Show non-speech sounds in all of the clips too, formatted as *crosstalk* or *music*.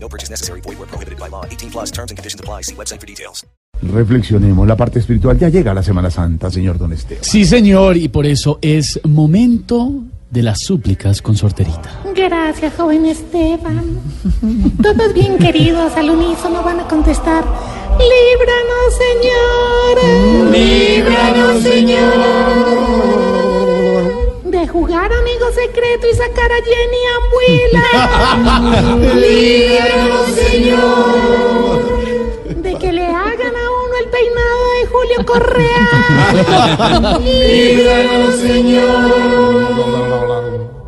No purchase necessary. Void where prohibited by law. 18 plus terms and conditions apply. See website for details. Reflexionemos, la parte espiritual ya llega a la Semana Santa, señor Don Esteban. Sí, señor, y por eso es momento de las súplicas con sorterita. Gracias, joven Esteban. Todos bien queridos al unísono van a contestar. Líbranos, Señor. Líbranos, Señor. De jugar amigo secreto y sacar a Jenny abuela. Líbranos, Señor. De que le hagan a uno el peinado de Julio Correa. Líbranos, Señor.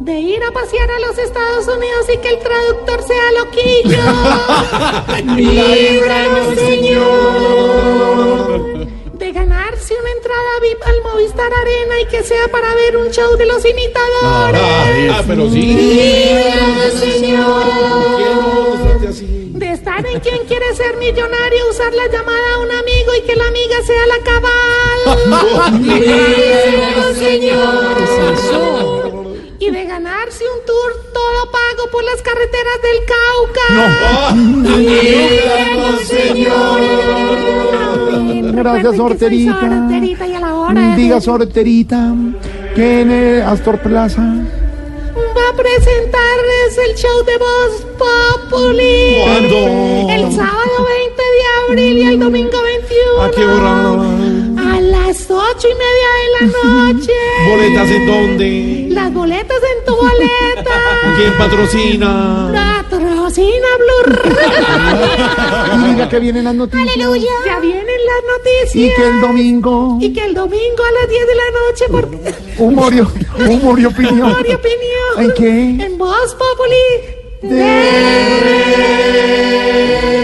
De ir a pasear a los Estados Unidos y que el traductor sea loquillo. Líbranos, Señor. De ganarse una entrada VIP al Movistar Arena y que sea para ver un show de los imitadores. Ah, pero sí. Líbranos, Señor. De estar en quien quiere ser millonario, usar la llamada a un amigo y que la amiga sea la cabal. Líbranos, Señor y de ganarse un tour todo pago por las carreteras del Cauca. ¡Líbranos, Señor! Gracias, sorterita. Sorterita y a la hora. Diga, sorterita, que en el Astor Plaza. Va a presentarles el show de Voz Populi. ¿Cuándo? El sábado 20 de abril y el domingo 21. Ah, ¿A qué hora? A las ocho y media de la noche. ¿Boletas en dónde? Las boletas en tu *laughs* boleta. ¿Quién patrocina? Patrocina Blue Radio. Y diga que vienen las noticias. Aleluya. Ya vienen las Y noticias. que el domingo, Y que el domingo a las 10 de la noche, por humor y, humor y opinión. favor y opinión. ¿En qué? En Voz Populi. De-